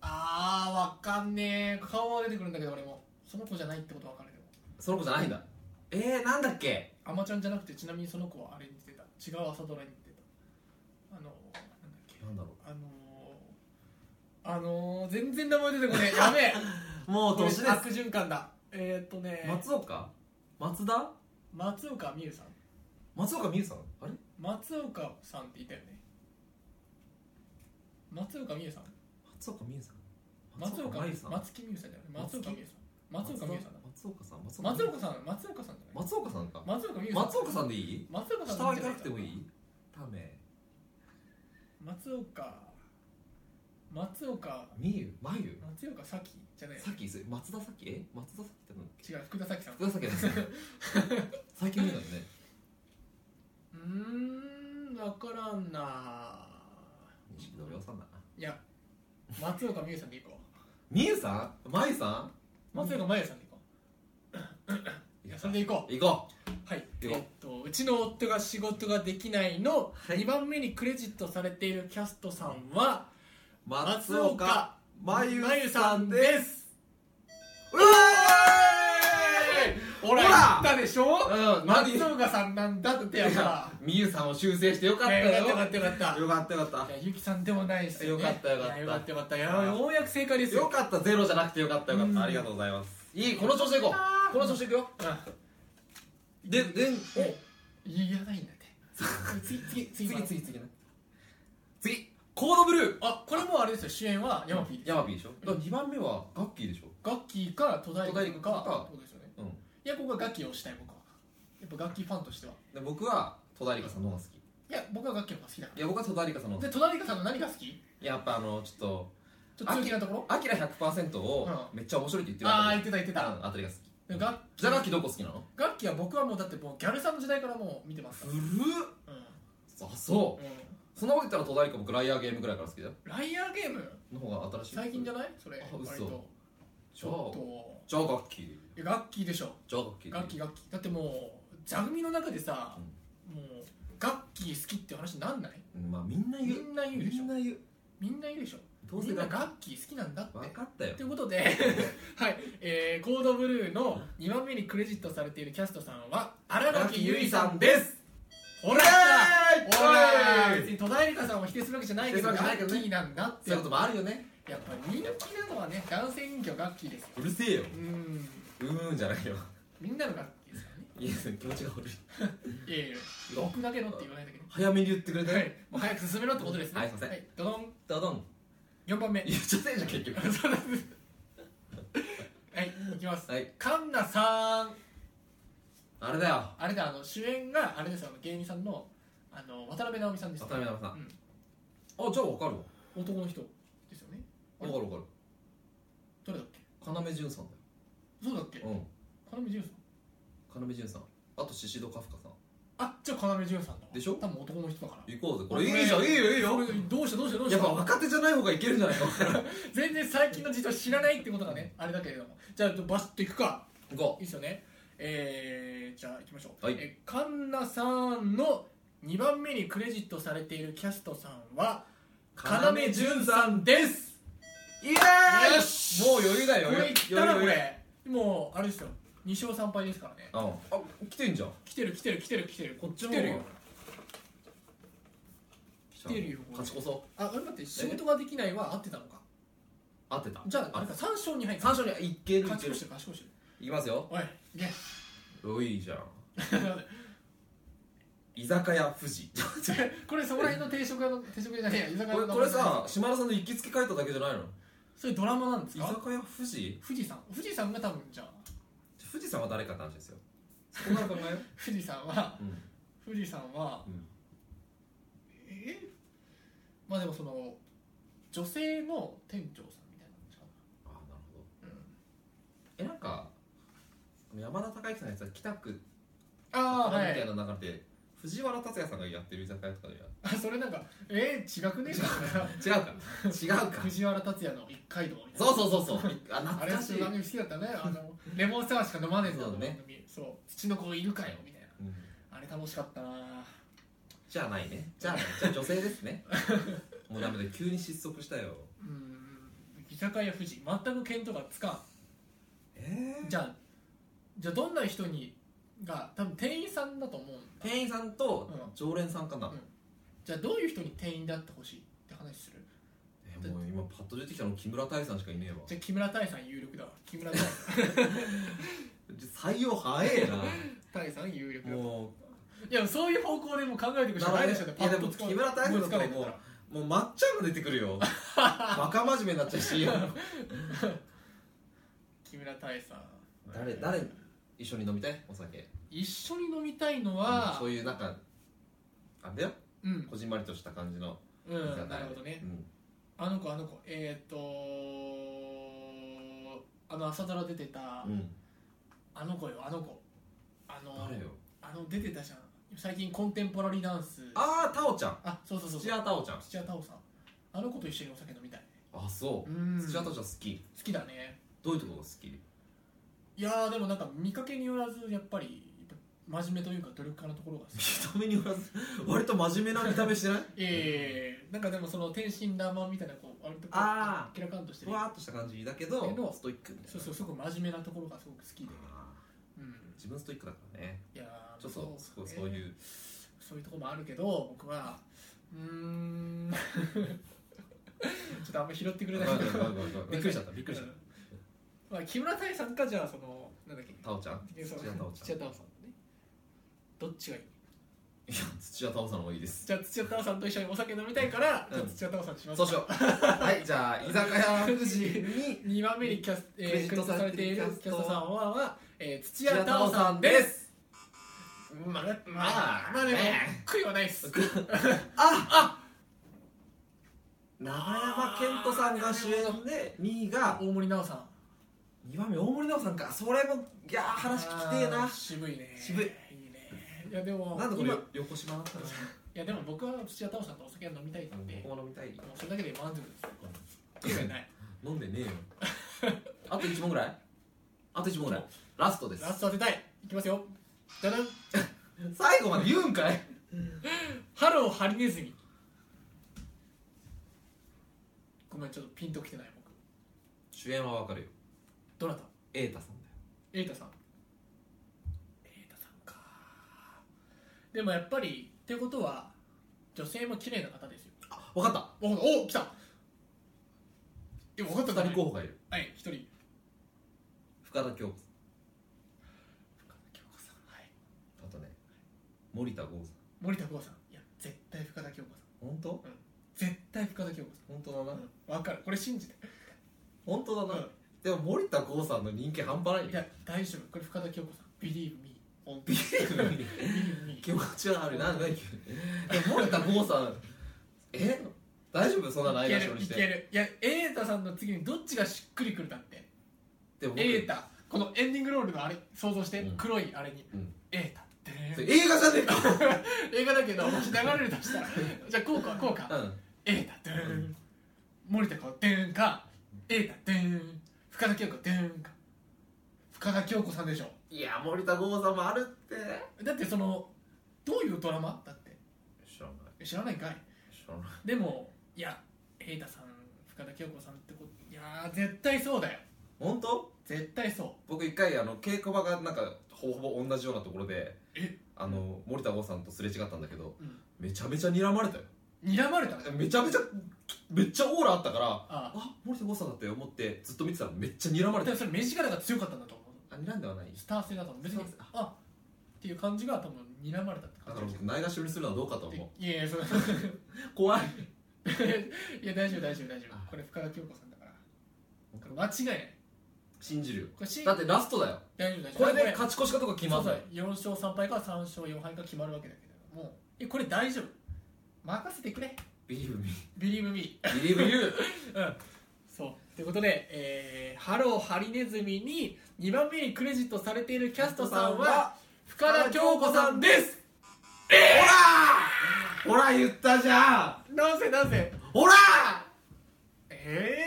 [SPEAKER 1] あー分かんねえ顔は出てくるんだけど俺もその子じゃないってことは分かるけど
[SPEAKER 2] その子じゃないんだえー、なんだっけ
[SPEAKER 1] アマちゃんじゃなくてちなみにその子はあれに出てた違う朝ドラに出てたあのー、なんだっけ
[SPEAKER 2] なんだろ
[SPEAKER 1] あのー、あのー、全然名前出てこねえやべ
[SPEAKER 2] (laughs)
[SPEAKER 1] え
[SPEAKER 2] うもう
[SPEAKER 1] これ
[SPEAKER 2] 年です
[SPEAKER 1] 悪循環だえー、っとね
[SPEAKER 2] 松岡松田
[SPEAKER 1] 松岡美優さん
[SPEAKER 2] 松岡美優さんあれ
[SPEAKER 1] 松岡さんっていたよね松岡美優さん
[SPEAKER 2] 松岡美優さん
[SPEAKER 1] 松岡
[SPEAKER 2] 真由さん
[SPEAKER 1] 松木美優さんじゃない松岡美優さん松岡美優さんだ
[SPEAKER 2] 松岡さん松
[SPEAKER 1] 松岡さん松岡さんじゃない
[SPEAKER 2] 松岡さんか
[SPEAKER 1] 松岡美優さん
[SPEAKER 2] 松岡さんでいい
[SPEAKER 1] 松岡さん
[SPEAKER 2] 下は行かなくてもい
[SPEAKER 1] じゃ
[SPEAKER 2] いため
[SPEAKER 1] ないかな松岡松岡
[SPEAKER 2] みゆまゆ
[SPEAKER 1] 松岡咲希じゃない
[SPEAKER 2] さっきそれ松田さっきえ松田さっきってなんだっけ
[SPEAKER 1] 違う福田咲希さん
[SPEAKER 2] 福田さっきですね
[SPEAKER 1] (laughs)
[SPEAKER 2] 最近見たよね
[SPEAKER 1] うーん分からんな
[SPEAKER 2] 錦織夫さんだない
[SPEAKER 1] や松岡美優さんでいこ
[SPEAKER 2] みゆさんまゆさ
[SPEAKER 1] う松岡真優さんでいこ
[SPEAKER 2] ん
[SPEAKER 1] ういやそれでいこう
[SPEAKER 2] 行こ
[SPEAKER 1] はい、え
[SPEAKER 2] よ
[SPEAKER 1] っと、うちの夫が仕事ができないの
[SPEAKER 2] はい
[SPEAKER 1] 2番目にクレジットされているキャストさんは
[SPEAKER 2] う松岡まゆ
[SPEAKER 1] まゆさんです
[SPEAKER 2] うわ
[SPEAKER 1] ほら
[SPEAKER 2] ほら
[SPEAKER 1] 言ったでしょ
[SPEAKER 2] ーいうんマジ
[SPEAKER 1] 松岡さんなんだってやっぱ
[SPEAKER 2] みゆさんを修正してよかった
[SPEAKER 1] いや
[SPEAKER 2] よ
[SPEAKER 1] よかったよかったよかっ
[SPEAKER 2] よかったよかった
[SPEAKER 1] いやゆきさんでもないし、ね、
[SPEAKER 2] よかったよかった
[SPEAKER 1] いやよかったよかったいやようやく正解です
[SPEAKER 2] よ
[SPEAKER 1] よ
[SPEAKER 2] かったゼロじゃなくてよかったよかっ
[SPEAKER 1] うん
[SPEAKER 2] たありがとうございますいいこの調子でいこうこの調子でいくよででお
[SPEAKER 1] うんいやないんだっ
[SPEAKER 2] (laughs)
[SPEAKER 1] て次次次
[SPEAKER 2] 次次次ね次コードブルー
[SPEAKER 1] あこれもうあれですよ主演はヤマピーです
[SPEAKER 2] ヤマピーでしょだから2番目はガッキーでしょ
[SPEAKER 1] ガッキーか戸田恵梨香
[SPEAKER 2] 戸田恵梨香か
[SPEAKER 1] かってことですよね
[SPEAKER 2] うん
[SPEAKER 1] いやここはガッキーを推したい僕はやっぱガッキーファンとしては
[SPEAKER 2] で僕は戸田恵梨香さんの方が好きい
[SPEAKER 1] いや僕はガッキーの方が好きだから
[SPEAKER 2] や僕は戸田恵梨香さんの方が
[SPEAKER 1] で戸田恵梨香さんの何が好き
[SPEAKER 2] 好きやっぱあのちょっと
[SPEAKER 1] ちょっと強気なところ
[SPEAKER 2] アキラ100%を
[SPEAKER 1] う
[SPEAKER 2] めっちゃ面白いって言ってる
[SPEAKER 1] ああー言
[SPEAKER 2] あ
[SPEAKER 1] ってた言って
[SPEAKER 2] たり
[SPEAKER 1] た
[SPEAKER 2] うんあたりが好
[SPEAKER 1] で
[SPEAKER 2] き
[SPEAKER 1] ガ
[SPEAKER 2] じゃあガッキーどこ好きなの
[SPEAKER 1] ガッキーは僕はもうだってもうギャルさんの時代からもう見てますか
[SPEAKER 2] 古っ
[SPEAKER 1] らうん
[SPEAKER 2] あそう
[SPEAKER 1] うん
[SPEAKER 2] そんなこと言ったら戸田恵梨香僕ライアーゲームぐらいから好きだよ
[SPEAKER 1] ライアーゲーム
[SPEAKER 2] の方が新しい
[SPEAKER 1] 最近じゃ
[SPEAKER 2] ない
[SPEAKER 1] ないそれ
[SPEAKER 2] あ嘘
[SPEAKER 1] 割と
[SPEAKER 2] じ
[SPEAKER 1] ち
[SPEAKER 2] ゃあ
[SPEAKER 1] ょっ
[SPEAKER 2] じゃあガッキー
[SPEAKER 1] といやガッキーでしょ
[SPEAKER 2] じゃあガッキー
[SPEAKER 1] ガッキーガッキーだってもう座組の中でさもうガッキー好きって話になんない
[SPEAKER 2] うんまあみんな
[SPEAKER 1] み
[SPEAKER 2] 言うん
[SPEAKER 1] な言うでし
[SPEAKER 2] み
[SPEAKER 1] ょ
[SPEAKER 2] んな言う
[SPEAKER 1] みんな言うでしょ
[SPEAKER 2] どう
[SPEAKER 1] み
[SPEAKER 2] せ
[SPEAKER 1] んな
[SPEAKER 2] ガッ
[SPEAKER 1] ガッキー好きなんだって
[SPEAKER 2] 分かったよ
[SPEAKER 1] ということ
[SPEAKER 2] (laughs)
[SPEAKER 1] で、はいえー、コードブルーの2番目にクレジットされているキャストさんは荒
[SPEAKER 2] 荒
[SPEAKER 1] 垣
[SPEAKER 2] 木
[SPEAKER 1] 結衣
[SPEAKER 2] 由衣
[SPEAKER 1] さ
[SPEAKER 2] さ
[SPEAKER 1] ん
[SPEAKER 2] ん
[SPEAKER 1] で
[SPEAKER 2] ですす
[SPEAKER 1] ほらほら別に戸田恵梨香さんを否定するわけじゃないけど
[SPEAKER 2] 否定する
[SPEAKER 1] ガ
[SPEAKER 2] わけじゃ
[SPEAKER 1] ッ
[SPEAKER 2] ないけ
[SPEAKER 1] キー
[SPEAKER 2] どね
[SPEAKER 1] なんだって
[SPEAKER 2] そうい
[SPEAKER 1] や
[SPEAKER 2] うこ
[SPEAKER 1] っ
[SPEAKER 2] ともあるよね
[SPEAKER 1] ぱ人気なのはね男性人気はガッキーですよ
[SPEAKER 2] うるせえよ
[SPEAKER 1] うーん
[SPEAKER 2] うーんじゃないよ
[SPEAKER 1] みんなのガッキーですか
[SPEAKER 2] いや気持ちが悪い
[SPEAKER 1] らねいやいや僕だけのって言わないだけね
[SPEAKER 2] 早めに言ってくれた
[SPEAKER 1] は
[SPEAKER 2] ね
[SPEAKER 1] いもう早く進めろってことですね
[SPEAKER 2] はいすいません
[SPEAKER 1] はいドドン
[SPEAKER 2] ダドン
[SPEAKER 1] 4番目
[SPEAKER 2] 言っちゃってんじゃん結局
[SPEAKER 1] そうなんですはいいきます
[SPEAKER 2] はい
[SPEAKER 1] カンナさん
[SPEAKER 2] あれだよ
[SPEAKER 1] あれだあの主演があれですよあの芸人さんのあの渡辺直美さんです
[SPEAKER 2] 渡辺直美さん、
[SPEAKER 1] うん
[SPEAKER 2] あじゃあ分かるわ
[SPEAKER 1] 男の人ですよね
[SPEAKER 2] 分かる分かる
[SPEAKER 1] どれだっけ
[SPEAKER 2] 要潤さんだ
[SPEAKER 1] そうだっけ
[SPEAKER 2] ようん
[SPEAKER 1] 要潤さん
[SPEAKER 2] 要潤さんあと宍戸カフカさん
[SPEAKER 1] あじゃあ要潤さんだわ
[SPEAKER 2] でしょ
[SPEAKER 1] 多分男の人だから
[SPEAKER 2] 行こうぜこ
[SPEAKER 1] あ
[SPEAKER 2] れいいじゃんいいよいいよ
[SPEAKER 1] これどうしたどうしたどうし
[SPEAKER 2] や
[SPEAKER 1] た
[SPEAKER 2] っぱ若手じゃない方がいけるんじゃないか
[SPEAKER 1] 全然最近の事情知らないってことがねあれだけれどもじゃあバスッといくか
[SPEAKER 2] 行こ
[SPEAKER 1] いいですよねえー、じゃあいきましょう、
[SPEAKER 2] はい
[SPEAKER 1] えー、カンナさんの2番目にクレジットされているキャストさんは
[SPEAKER 2] う
[SPEAKER 1] 要潤さんです
[SPEAKER 2] イエーイ
[SPEAKER 1] よし
[SPEAKER 2] もう余裕だよ
[SPEAKER 1] これい
[SPEAKER 2] 余
[SPEAKER 1] っ
[SPEAKER 2] 裕
[SPEAKER 1] たらこ
[SPEAKER 2] 余裕
[SPEAKER 1] れもうあれですよ2勝3敗ですからね
[SPEAKER 2] 余裕うんあ来てんじゃん
[SPEAKER 1] 来てる来てる来てる来てる
[SPEAKER 2] こっち
[SPEAKER 1] 来
[SPEAKER 2] も
[SPEAKER 1] てるよ
[SPEAKER 2] 来たの
[SPEAKER 1] 来てるよ
[SPEAKER 2] 勝ちこそ
[SPEAKER 1] ああれ待って仕事ができないは合ってたのか
[SPEAKER 2] 合ってた
[SPEAKER 1] じゃああれか3勝2敗
[SPEAKER 2] 三
[SPEAKER 1] か
[SPEAKER 2] 勝にはいけるい
[SPEAKER 1] 勝ち
[SPEAKER 2] ける
[SPEAKER 1] 越してる勝ち越してる
[SPEAKER 2] いきますよ
[SPEAKER 1] おい
[SPEAKER 2] (laughs)
[SPEAKER 1] いけ
[SPEAKER 2] おいいじゃん居酒屋
[SPEAKER 1] (laughs)
[SPEAKER 2] 富士
[SPEAKER 1] これそこら辺の定食屋
[SPEAKER 2] (laughs)
[SPEAKER 1] の定食屋じゃねえや居酒屋の
[SPEAKER 2] これ
[SPEAKER 1] 名前
[SPEAKER 2] これさ島田さんの行きつけ書いただけじゃないの
[SPEAKER 1] それドラマなんです
[SPEAKER 2] 居
[SPEAKER 1] か
[SPEAKER 2] 酒屋富士
[SPEAKER 1] 富士山富士山が多分じゃあ
[SPEAKER 2] 富士山は誰かって話ですよそこから考えよ
[SPEAKER 1] 富士山は
[SPEAKER 2] う、うん、
[SPEAKER 1] 富士山は、
[SPEAKER 2] うん
[SPEAKER 1] えーまあでもその女性の店長さんみたいな感じか
[SPEAKER 2] ああなるほど
[SPEAKER 1] な、うん
[SPEAKER 2] えなんか山田孝之さんのやつは北区み
[SPEAKER 1] ああは
[SPEAKER 2] た
[SPEAKER 1] い
[SPEAKER 2] いな流れで藤原竜也さんがやってる居酒屋とかでや
[SPEAKER 1] あそれなんかえー、違
[SPEAKER 2] (laughs)
[SPEAKER 1] くねえ
[SPEAKER 2] 違うか違うか
[SPEAKER 1] 藤原竜也の一回堂みたいな
[SPEAKER 2] そうそうそうそうあ
[SPEAKER 1] あ
[SPEAKER 2] 懐
[SPEAKER 1] れ
[SPEAKER 2] かし
[SPEAKER 1] す
[SPEAKER 2] い
[SPEAKER 1] ごい番組好きだったねあのレモンサワーしか飲まねえんだ
[SPEAKER 2] そうだね
[SPEAKER 1] 番組そう土の子いるかよみたいな
[SPEAKER 2] うん
[SPEAKER 1] あれ楽しかったな
[SPEAKER 2] じゃあないねじゃあないじゃあ女性ですねもうダメだ急に失速したよ
[SPEAKER 1] うん居酒屋富士全く見当がつか
[SPEAKER 2] え
[SPEAKER 1] ん
[SPEAKER 2] ー
[SPEAKER 1] じゃあじゃあどんな人にが多分店員さんだと思うんだ
[SPEAKER 2] 店員さんと
[SPEAKER 1] うん
[SPEAKER 2] 常連さんかな、
[SPEAKER 1] うんじゃあどういう人に店員であってほしいって話する
[SPEAKER 2] えもう今パッと出てきたの木村多江さんしかいねえわ
[SPEAKER 1] じゃあ木村多江さん有力だわ木村多江さ
[SPEAKER 2] 採用早え
[SPEAKER 1] ん多江さん有力
[SPEAKER 2] な (laughs)
[SPEAKER 1] だわ
[SPEAKER 2] も
[SPEAKER 1] いやそういう方向でもう考えていくしかないでしょうね
[SPEAKER 2] なるほどねいやでも
[SPEAKER 1] つか
[SPEAKER 2] 木村多江さんだ
[SPEAKER 1] 思
[SPEAKER 2] と
[SPEAKER 1] いつかないんだから
[SPEAKER 2] ももうまっちゃんが出てくる (laughs) よバカ真面目になっちゃう (laughs) し
[SPEAKER 1] 木村大佐
[SPEAKER 2] 誰誰一緒に飲みたいお酒
[SPEAKER 1] 一緒に飲みたいのは
[SPEAKER 2] そういうなんかあれだよ
[SPEAKER 1] うん
[SPEAKER 2] こじんまりとした感じの
[SPEAKER 1] うん、
[SPEAKER 2] 居酒屋
[SPEAKER 1] なるほどね
[SPEAKER 2] うん
[SPEAKER 1] あの子あの子えっ、ー、とあの朝ドラ出てた、
[SPEAKER 2] うん
[SPEAKER 1] あの子よあの子あの
[SPEAKER 2] 誰よ
[SPEAKER 1] あの出てたじゃん最近コンテンポラリーダンス
[SPEAKER 2] ああタオちゃん
[SPEAKER 1] あそうそうそう
[SPEAKER 2] 土
[SPEAKER 1] そう
[SPEAKER 2] 屋タオちゃん
[SPEAKER 1] 土屋太鳳さんあの子と一緒にお酒飲みたい
[SPEAKER 2] あそううん土屋タオちゃん好き
[SPEAKER 1] 好きだね
[SPEAKER 2] どういうとこが好き
[SPEAKER 1] いやーでもなんか見かけによらずやっぱりやっぱ真面目というか努力家のところが好き
[SPEAKER 2] 見た目によらず割と真面目な見た目 (laughs) してない
[SPEAKER 1] ええなんかでもその天真爛漫みたいなこう割とこう
[SPEAKER 2] あー
[SPEAKER 1] キラカンとして
[SPEAKER 2] ふ
[SPEAKER 1] る
[SPEAKER 2] わーっとした感じだけ
[SPEAKER 1] け
[SPEAKER 2] ど
[SPEAKER 1] ど
[SPEAKER 2] ストイックみたいな
[SPEAKER 1] そうそうすごく真面目なところがすごく好きで、
[SPEAKER 2] あ
[SPEAKER 1] うん
[SPEAKER 2] ー、自分ストイックだからね
[SPEAKER 1] いやー
[SPEAKER 2] ちょっとそう
[SPEAKER 1] ね
[SPEAKER 2] そういう
[SPEAKER 1] そういうとこもあるけど僕はうーん (laughs) ちょっとあんま拾ってくれないけど (laughs)
[SPEAKER 2] (laughs) びっくりしちゃったびっくりしちゃ
[SPEAKER 1] う
[SPEAKER 2] っ
[SPEAKER 1] んまあ、木村多江さんかじゃあそのなんだっけ
[SPEAKER 2] たタオちゃん土
[SPEAKER 1] そう
[SPEAKER 2] 屋タオちゃん
[SPEAKER 1] 土屋太鳳さんねどっちがいい
[SPEAKER 2] いや土屋太鳳さんの方がいいです
[SPEAKER 1] じゃあ土屋太鳳さんと一緒にお酒飲みたいから、
[SPEAKER 2] うん
[SPEAKER 1] じゃあ土屋太鳳さんにします
[SPEAKER 2] そうしようはいじゃあ居酒屋富士 (laughs) に
[SPEAKER 1] 2番目にキャス、えー、クレジットされているキャストさんは、えー、土屋太鳳さんです
[SPEAKER 2] す
[SPEAKER 1] まあま
[SPEAKER 2] まあ
[SPEAKER 1] あまあでも
[SPEAKER 2] ね
[SPEAKER 1] 悔いはないっす
[SPEAKER 2] ああ長山健人さんが主演で2位が
[SPEAKER 1] 大森奈緒さん
[SPEAKER 2] 2番目大森奈緒さんかそれもいやー話聞きてえ
[SPEAKER 1] あ
[SPEAKER 2] な
[SPEAKER 1] ー渋いね
[SPEAKER 2] 渋い
[SPEAKER 1] いいねいやでも
[SPEAKER 2] なんでこれ
[SPEAKER 1] 今
[SPEAKER 2] よ横島だったの
[SPEAKER 1] いやでも僕は土屋太鳳さんとお酒は飲みたいんで、も
[SPEAKER 2] ここ飲みたいう
[SPEAKER 1] それだけで満足です悔いはない
[SPEAKER 2] 飲んでねえよ (laughs) あと1問ぐらいあと1問ぐらいラストです
[SPEAKER 1] ラスト当てたいいきますよじゃじゃん
[SPEAKER 2] 最後まで言うんかい
[SPEAKER 1] ハローハリネズミごめんちょっとピンときてない僕
[SPEAKER 2] 主演はわかるよ
[SPEAKER 1] どなた
[SPEAKER 2] 瑛太さんだよ
[SPEAKER 1] 瑛太さん瑛太さんかでもやっぱりってことは女性も綺麗な方ですよ
[SPEAKER 2] あ分かった
[SPEAKER 1] おお来たえ分かった
[SPEAKER 2] 2人
[SPEAKER 1] ね
[SPEAKER 2] 候補がいる
[SPEAKER 1] はい一人
[SPEAKER 2] 深田恭子
[SPEAKER 1] 深田恭子さんはい
[SPEAKER 2] さんあとね森田剛さん
[SPEAKER 1] 森田剛さんいや絶対深田恭子さん
[SPEAKER 2] 本当
[SPEAKER 1] 絶対深田恭子
[SPEAKER 2] 本当だ
[SPEAKER 1] さ、
[SPEAKER 2] なん
[SPEAKER 1] うん、分かるこれ信じて
[SPEAKER 2] 本当だな、
[SPEAKER 1] うん
[SPEAKER 2] でも森田剛さんの人気半端ない
[SPEAKER 1] い
[SPEAKER 2] よ
[SPEAKER 1] や大丈夫これ深田恭子さん Believe me 本当
[SPEAKER 2] ビ
[SPEAKER 1] に
[SPEAKER 2] ールに
[SPEAKER 1] Believe me
[SPEAKER 2] (laughs) 気持ち悪いなんだっけ (laughs) でも森田剛さん (laughs) え大丈夫そんな (laughs) ないい
[SPEAKER 1] け
[SPEAKER 2] がしろ
[SPEAKER 1] る
[SPEAKER 2] に
[SPEAKER 1] いけ
[SPEAKER 2] して
[SPEAKER 1] るいや瑛太さんの次にどっちがしっくりくるだって
[SPEAKER 2] でも僕
[SPEAKER 1] 瑛太このエンディングロールのあれ想像して、
[SPEAKER 2] うん
[SPEAKER 1] 黒いあれに
[SPEAKER 2] うん
[SPEAKER 1] 瑛太ってね
[SPEAKER 2] それ映画じゃねえか
[SPEAKER 1] 映画だけどもし流れるとしたら
[SPEAKER 2] (laughs)
[SPEAKER 1] じゃあこうかこうか
[SPEAKER 2] うん
[SPEAKER 1] 瑛太ドゥーン森田子ドゥーンか瑛太ドゥーン深田恭子ドゥーンか深田恭子さんでしょ
[SPEAKER 2] いや森田剛さんもあるって
[SPEAKER 1] だってそのどういうドラマだって
[SPEAKER 2] 知らない
[SPEAKER 1] 知らないんかい
[SPEAKER 2] 知らない
[SPEAKER 1] でもいや瑛太さん深田恭子さんってこといやー絶対そうだよ
[SPEAKER 2] 本当
[SPEAKER 1] 絶対そう
[SPEAKER 2] 僕一回あの稽古場がなんかほぼほぼ同じようなところで
[SPEAKER 1] え
[SPEAKER 2] あの森田剛さんとすれ違ったんだけど、
[SPEAKER 1] うん
[SPEAKER 2] めちゃめちゃ睨まれたよ
[SPEAKER 1] 睨まれたの
[SPEAKER 2] めちゃめちゃめっちゃオーラあったから
[SPEAKER 1] あ
[SPEAKER 2] あ森田剛さんだって思ってずっと見てたらめっちゃ睨ま
[SPEAKER 1] あ
[SPEAKER 2] れ
[SPEAKER 1] で
[SPEAKER 2] た
[SPEAKER 1] もそれ目力が強かったんだと思う
[SPEAKER 2] あ睨んではない
[SPEAKER 1] スター性だと思う別に
[SPEAKER 2] スター性
[SPEAKER 1] あっていう感じが多分睨まれたって
[SPEAKER 2] だ
[SPEAKER 1] 感
[SPEAKER 2] か
[SPEAKER 1] じ
[SPEAKER 2] ら僕ないがしろにするのはどうかと思う
[SPEAKER 1] いやいやそう
[SPEAKER 2] 怖い
[SPEAKER 1] (laughs) いや大丈夫大丈夫大丈
[SPEAKER 2] あ
[SPEAKER 1] 夫これ深田恭子さんだからこれ間違いない
[SPEAKER 2] 信じるよ
[SPEAKER 1] これし
[SPEAKER 2] だってラストだよ
[SPEAKER 1] 大丈夫大丈夫
[SPEAKER 2] これで勝ち越しかとか決ま
[SPEAKER 1] そう
[SPEAKER 2] んな
[SPEAKER 1] そ
[SPEAKER 2] いう
[SPEAKER 1] 4勝3敗か3勝4敗か決まるわけだけどもうえこれ大丈夫任せてくれ
[SPEAKER 2] Believe me
[SPEAKER 1] ビリーブミ
[SPEAKER 2] Believe you
[SPEAKER 1] うんそうということで、えーハローハリネズミに2番目にクレジットされているキャストさんは深田恭子さんです
[SPEAKER 2] ほら言ったじゃん
[SPEAKER 1] なんせなんせ
[SPEAKER 2] ほら
[SPEAKER 1] え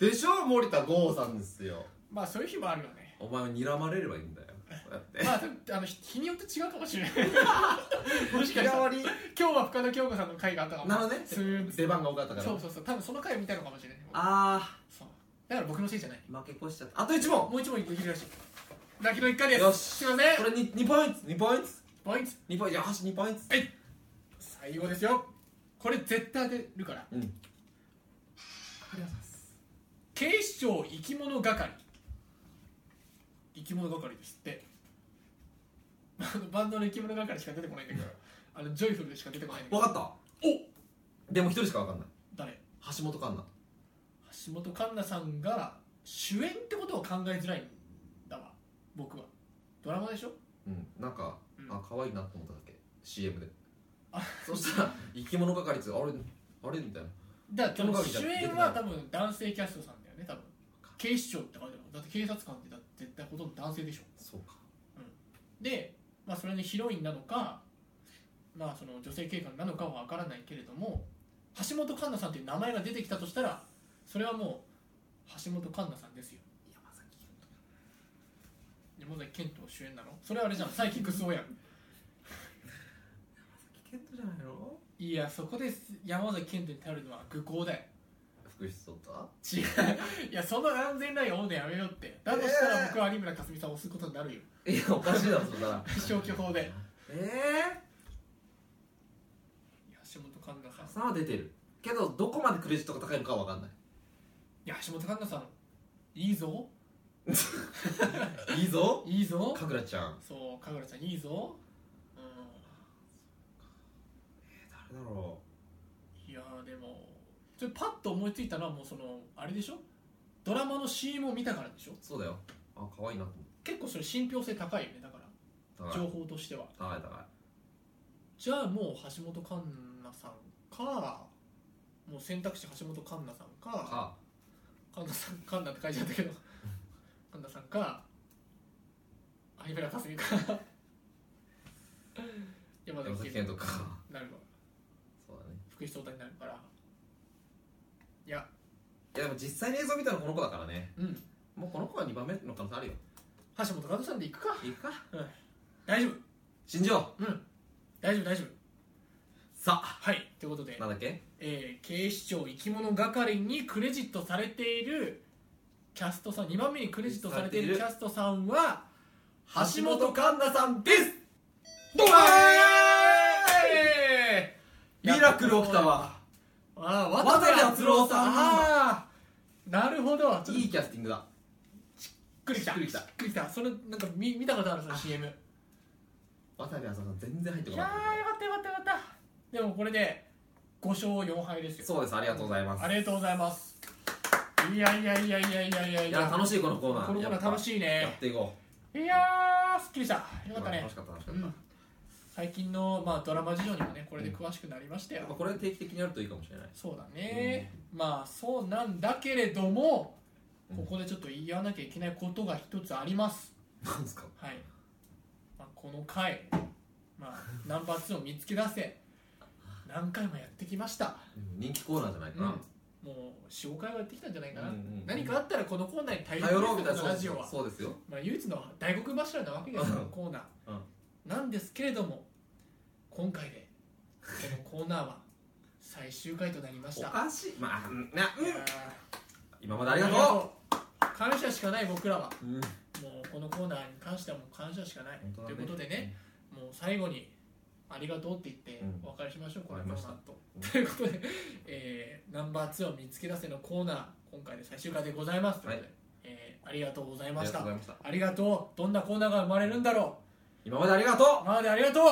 [SPEAKER 1] え
[SPEAKER 2] でしょ森田剛さんですよ
[SPEAKER 1] まあそういう日もあるよね
[SPEAKER 2] お前は睨まれればいいんだよこうやって
[SPEAKER 1] まああの日日によって違うかもしれ
[SPEAKER 2] (laughs)
[SPEAKER 1] ないもしかした
[SPEAKER 2] 日替
[SPEAKER 1] ら
[SPEAKER 2] わり
[SPEAKER 1] 今日は深田恭子さんの回があったかも
[SPEAKER 2] (laughs) なのね
[SPEAKER 1] すー
[SPEAKER 2] 出番が多かったから
[SPEAKER 1] そうそうそう多分その回を見たのかもしれない
[SPEAKER 2] あ
[SPEAKER 1] そうだから僕のせいじゃない
[SPEAKER 2] ー負け越しちゃったあと1問
[SPEAKER 1] もう一問できるらしい泣きの一回です
[SPEAKER 2] よし
[SPEAKER 1] すいません
[SPEAKER 2] これ 2, 2ポイント2ポイント
[SPEAKER 1] ポイント
[SPEAKER 2] 2ポイントよし2ポイント
[SPEAKER 1] 最後ですよこれ絶対当てるから
[SPEAKER 2] うん
[SPEAKER 1] ありがとうございます警視庁生き物係生き物係ですって (laughs) あのバンドの生き物係しか出てこないんだけどあのジョイフルでしか出てこないんだけど
[SPEAKER 2] 分かった
[SPEAKER 1] お
[SPEAKER 2] でも一人しか分かんない
[SPEAKER 1] 誰
[SPEAKER 2] 橋本環奈
[SPEAKER 1] 橋本環奈さんが主演ってことを考えづらいんだわ僕はドラマでしょ
[SPEAKER 2] うんなんか、
[SPEAKER 1] うん
[SPEAKER 2] あ可愛いなと思っただけ CM で
[SPEAKER 1] あ
[SPEAKER 2] そしたら生き物係ってあれあれみたいな
[SPEAKER 1] だから多分主
[SPEAKER 2] その代わりじゃ
[SPEAKER 1] 演は多分男性キャストさんだよね多分警視庁って書いてあるもんだって警察官ってだって絶対ほとんど男性でしょ
[SPEAKER 2] そうか
[SPEAKER 1] で、まあ、それのヒロインなのか、まあ、その女性警官なのかは分からないけれども橋本環奈さんという名前が出てきたとしたらそれはもう橋本環奈さんですよ
[SPEAKER 2] 山崎賢人
[SPEAKER 1] 山崎賢人主演なのそれはあれじゃんサイキックスオやん
[SPEAKER 2] 山崎賢人じゃないの
[SPEAKER 1] いやそこで山崎賢人に頼るのは愚行だよ
[SPEAKER 2] 福士蒼汰
[SPEAKER 1] 違ういやその安全ラインを追うのやめようってだとしたら僕は有村架純さんを押すことになるよ
[SPEAKER 2] (laughs) いやおかしいだろそしたら
[SPEAKER 1] 消去法でいや
[SPEAKER 2] え
[SPEAKER 1] 橋本環奈さ
[SPEAKER 2] え
[SPEAKER 1] ん
[SPEAKER 2] ー、さんは出てるけどどこまでクレジットが高いのかは分かんない
[SPEAKER 1] いや橋本環奈さんいいぞ
[SPEAKER 2] いいぞ
[SPEAKER 1] いいぞ
[SPEAKER 2] かぐらちゃん
[SPEAKER 1] そう神楽ちゃんいいぞうん
[SPEAKER 2] 誰だろ
[SPEAKER 1] いやーでもそれパッと思いついたのはもうそのあれでしょドラマの CM を見たからでしょ
[SPEAKER 2] うそうだよあ可愛いなと
[SPEAKER 1] 結構それ信憑性高いよねだか
[SPEAKER 2] 思
[SPEAKER 1] ら
[SPEAKER 2] った高
[SPEAKER 1] 情
[SPEAKER 2] い
[SPEAKER 1] 報としては
[SPEAKER 2] 高い高い
[SPEAKER 1] じゃあもう橋本環奈さんかもう選択肢橋本環奈さんか
[SPEAKER 2] か
[SPEAKER 1] 環奈さん環奈って書いちゃったけど環奈さんか有村架純か山
[SPEAKER 2] 山
[SPEAKER 1] 崎
[SPEAKER 2] 崎
[SPEAKER 1] 賢人
[SPEAKER 2] 賢人か
[SPEAKER 1] なるわ
[SPEAKER 2] そうだね
[SPEAKER 1] 福士蒼汰になるからいや
[SPEAKER 2] いやでも実際に映像見たらこの子だからね
[SPEAKER 1] うん
[SPEAKER 2] もうこの子は2番目の可能性あるよ
[SPEAKER 1] 橋本環奈さんでいくか
[SPEAKER 2] いくか
[SPEAKER 1] 大丈夫
[SPEAKER 2] 信じよう
[SPEAKER 1] うん大丈夫大丈夫
[SPEAKER 2] さあ
[SPEAKER 1] はいということで
[SPEAKER 2] な、んだっけ
[SPEAKER 1] えー警視庁生き物係にクレジットされているキャストさん2番目にクレジットされているキャストさんは橋本環
[SPEAKER 2] 環奈さんです
[SPEAKER 1] どうも
[SPEAKER 2] ミラクル起きたわ
[SPEAKER 1] あー
[SPEAKER 2] 渡部篤郎さん
[SPEAKER 1] あーなるほどちょっと
[SPEAKER 2] いいキャスティングだ
[SPEAKER 1] びっくりきた
[SPEAKER 2] しっくりきた
[SPEAKER 1] しっくりきたそれなんか見見たことあるその CM い
[SPEAKER 2] 渡部篤郎さん全然入って
[SPEAKER 1] やー
[SPEAKER 2] こ
[SPEAKER 1] よ
[SPEAKER 2] な
[SPEAKER 1] か
[SPEAKER 2] い
[SPEAKER 1] ったよかったよかったでもこれで5勝4敗ですよ
[SPEAKER 2] そうですありがとうございます
[SPEAKER 1] ありがとうございますいやいやいやいやいやいやい
[SPEAKER 2] いや楽しいこのコーナー
[SPEAKER 1] このコーナー楽
[SPEAKER 2] い
[SPEAKER 1] しい
[SPEAKER 2] や
[SPEAKER 1] ね
[SPEAKER 2] っていこ
[SPEAKER 1] いやーすっきりしたよ
[SPEAKER 2] う
[SPEAKER 1] かったね
[SPEAKER 2] 楽しかった楽しか
[SPEAKER 1] う
[SPEAKER 2] った、
[SPEAKER 1] ん最近の、まあ、ドラマ事情にもねこれで詳しくなりましたよ
[SPEAKER 2] やっぱこれ定期的にやるといいかもしれない
[SPEAKER 1] そうだねまあそうなんだけれども
[SPEAKER 2] うん
[SPEAKER 1] ここでちょっと言わなきゃいけないことが一つあります
[SPEAKER 2] なんですか
[SPEAKER 1] はい、まあ、この回、まあ、ナンバー2を見つけ出
[SPEAKER 2] (laughs)
[SPEAKER 1] せ何回もやってきました
[SPEAKER 2] 人気コーナーじゃないかな、
[SPEAKER 1] もう45回はやってきたんじゃないかな、
[SPEAKER 2] うんうんうん
[SPEAKER 1] 何かあったらこのコーナーに頼
[SPEAKER 2] 頼ろ
[SPEAKER 1] ろ
[SPEAKER 2] う
[SPEAKER 1] う
[SPEAKER 2] み
[SPEAKER 1] み
[SPEAKER 2] た
[SPEAKER 1] た
[SPEAKER 2] い
[SPEAKER 1] い
[SPEAKER 2] な
[SPEAKER 1] なラ
[SPEAKER 2] そうです
[SPEAKER 1] ジオ
[SPEAKER 2] よ
[SPEAKER 1] は
[SPEAKER 2] そうですよ
[SPEAKER 1] まあ、唯一の大黒柱なわけですよ、このコーナー、
[SPEAKER 2] うん
[SPEAKER 1] なんですけれども今回でこのコーナーは最終回となりまし
[SPEAKER 2] お
[SPEAKER 1] た
[SPEAKER 2] かしいまあうんな、うん
[SPEAKER 1] いやー
[SPEAKER 2] 今までありがと
[SPEAKER 1] う感謝しかない僕らは
[SPEAKER 2] う、うん、
[SPEAKER 1] もうこのコーナーに関してはもう感謝しかない、
[SPEAKER 2] 本当だ
[SPEAKER 1] とい
[SPEAKER 2] ね
[SPEAKER 1] うことでね、もう最後にありがとうって言って
[SPEAKER 2] うん
[SPEAKER 1] お別れしましょう、こ
[SPEAKER 2] わ
[SPEAKER 1] の
[SPEAKER 2] か
[SPEAKER 1] コー
[SPEAKER 2] りま
[SPEAKER 1] ナー
[SPEAKER 2] し
[SPEAKER 1] と、
[SPEAKER 2] たう
[SPEAKER 1] (laughs) とい
[SPEAKER 2] ん
[SPEAKER 1] うことで、えーナンバー2を見つけ出せのコーナー今回で最終回でございますということで、えーありがとうござい
[SPEAKER 2] あ
[SPEAKER 1] ま
[SPEAKER 2] りが
[SPEAKER 1] した
[SPEAKER 2] とうございました
[SPEAKER 1] ありがとうどんなコーナーが生まれるんだろう
[SPEAKER 2] 今までありがとう
[SPEAKER 1] 今までありがとう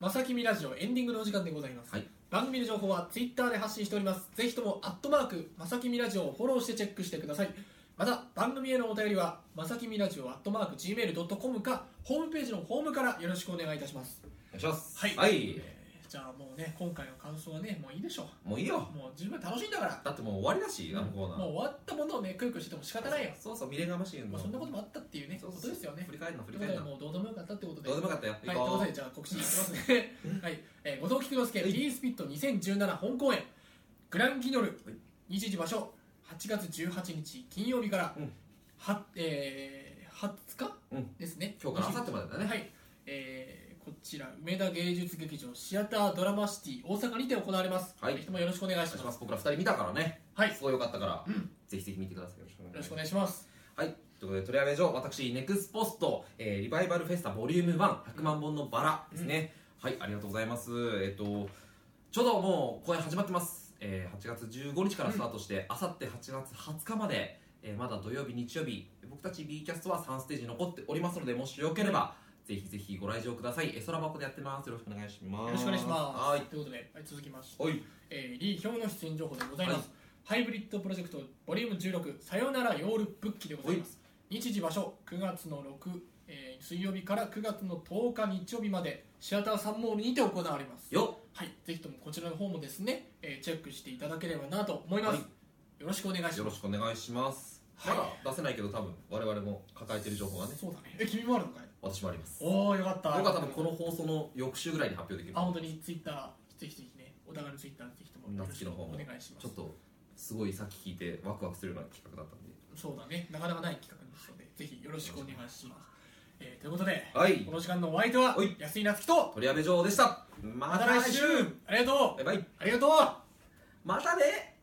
[SPEAKER 1] まさきみラジオエンディングのお時間でございます、
[SPEAKER 2] はい
[SPEAKER 1] 番組の情報はツイッターで発信しておりますぜひともアットマークまさきみラジオをフォローしてチェックしてくださいまた番組へのお便りはまさきみラジオアットマーク Gmail.com かホームページのホームからよろしくお願いいたします
[SPEAKER 2] お願いします
[SPEAKER 1] はい
[SPEAKER 2] はい、
[SPEAKER 1] えーじゃあもうね今回の感想はねもういいでしょう
[SPEAKER 2] もういいよ
[SPEAKER 1] もう十分楽しいんだから
[SPEAKER 2] だってもう終わりだしあのコーナー
[SPEAKER 1] もう終わったものをねクイクイしてても仕方ないよ
[SPEAKER 2] そうそう未練がましいの
[SPEAKER 1] まあそんなこともあったっていうね
[SPEAKER 2] そうそう
[SPEAKER 1] ことですよね
[SPEAKER 2] 振り返るの振
[SPEAKER 1] とい
[SPEAKER 2] り
[SPEAKER 1] うこと
[SPEAKER 2] 返る
[SPEAKER 1] でもうどう
[SPEAKER 2] の
[SPEAKER 1] でもよかったってことで
[SPEAKER 2] どうでもよかったよ
[SPEAKER 1] はい、とい
[SPEAKER 2] 行
[SPEAKER 1] うこ
[SPEAKER 2] ことう
[SPEAKER 1] でじゃあ告知いきますね、はいえー、後藤菊之助
[SPEAKER 2] はい
[SPEAKER 1] リースピット2017本公演グランギノル
[SPEAKER 2] はい
[SPEAKER 1] 日時場所8月18日金曜日から、
[SPEAKER 2] うん
[SPEAKER 1] はえー、20日、
[SPEAKER 2] うん
[SPEAKER 1] ですね
[SPEAKER 2] 今日から明後日までだね
[SPEAKER 1] はい、えー、こちら梅田芸術劇場シアタードラマシティ大阪にて行われます、
[SPEAKER 2] はい
[SPEAKER 1] ぜひともよろしくお願い
[SPEAKER 2] お願い
[SPEAKER 1] し
[SPEAKER 2] し
[SPEAKER 1] ま
[SPEAKER 2] ますす僕ら二人見たからね
[SPEAKER 1] はいよ
[SPEAKER 2] すごいよかったから、ぜひぜひ見てくださいよろしくお願
[SPEAKER 1] ろ
[SPEAKER 2] い
[SPEAKER 1] し
[SPEAKER 2] し
[SPEAKER 1] くお
[SPEAKER 2] ます
[SPEAKER 1] 願いします
[SPEAKER 2] はいということで取り上げ上私ネクスポスト、えーリバイバルフェスタボリューム1100万本のバラですね、はいありがとうございますえっ、とちょうどもう公演始まってます、えー8月15日からスタートしてあさって8月20日まで、えーまだ土曜日日曜日僕たち B キャストは3ステージ残っておりますのでもしよければ、ぜひぜひご来場くださいえー空箱でやってますよろしくお願いします
[SPEAKER 1] よろしくお願いします。
[SPEAKER 2] はい
[SPEAKER 1] ということで、はい、続きまして、
[SPEAKER 2] おい
[SPEAKER 1] えー、リー・ヒョウの出演情報でございます、ハイブリッドプロジェクトボリューム16さよならヨールブッキでございます日時場所9月の6、えー水曜日から9月の10日日曜日までシアターサンモールにて行われます
[SPEAKER 2] よ
[SPEAKER 1] はいぜひともこちらの方もですね、えーチェックしていただければなと思います、
[SPEAKER 2] は
[SPEAKER 1] よろしくお願いします
[SPEAKER 2] よろしくお願いします、
[SPEAKER 1] はい
[SPEAKER 2] まだ出せないけど多分我々も抱えてる情報がね
[SPEAKER 1] そうだねえ君もあるのかい
[SPEAKER 2] 私もあります
[SPEAKER 1] おおよかった
[SPEAKER 2] 僕は多分この放送の翌週ぐらいに発表できる
[SPEAKER 1] あ本当にツイッターぜひぜひねお互いのツイッターぜひともよろしく
[SPEAKER 2] 夏希の方も
[SPEAKER 1] お願いします
[SPEAKER 2] ちょっとすごいさっき聞いてワクワクするような企画だったんで
[SPEAKER 1] そうだね、なかなかない企画ですので、ぜひよろしくお願いします。えーということで、
[SPEAKER 2] はい
[SPEAKER 1] この時間のお相手は
[SPEAKER 2] おい、
[SPEAKER 1] 安井夏樹と、
[SPEAKER 2] 鳥矢部城でしたま
[SPEAKER 1] また来週ありがと
[SPEAKER 2] バ
[SPEAKER 1] う
[SPEAKER 2] イバイ
[SPEAKER 1] ありがとう
[SPEAKER 2] またね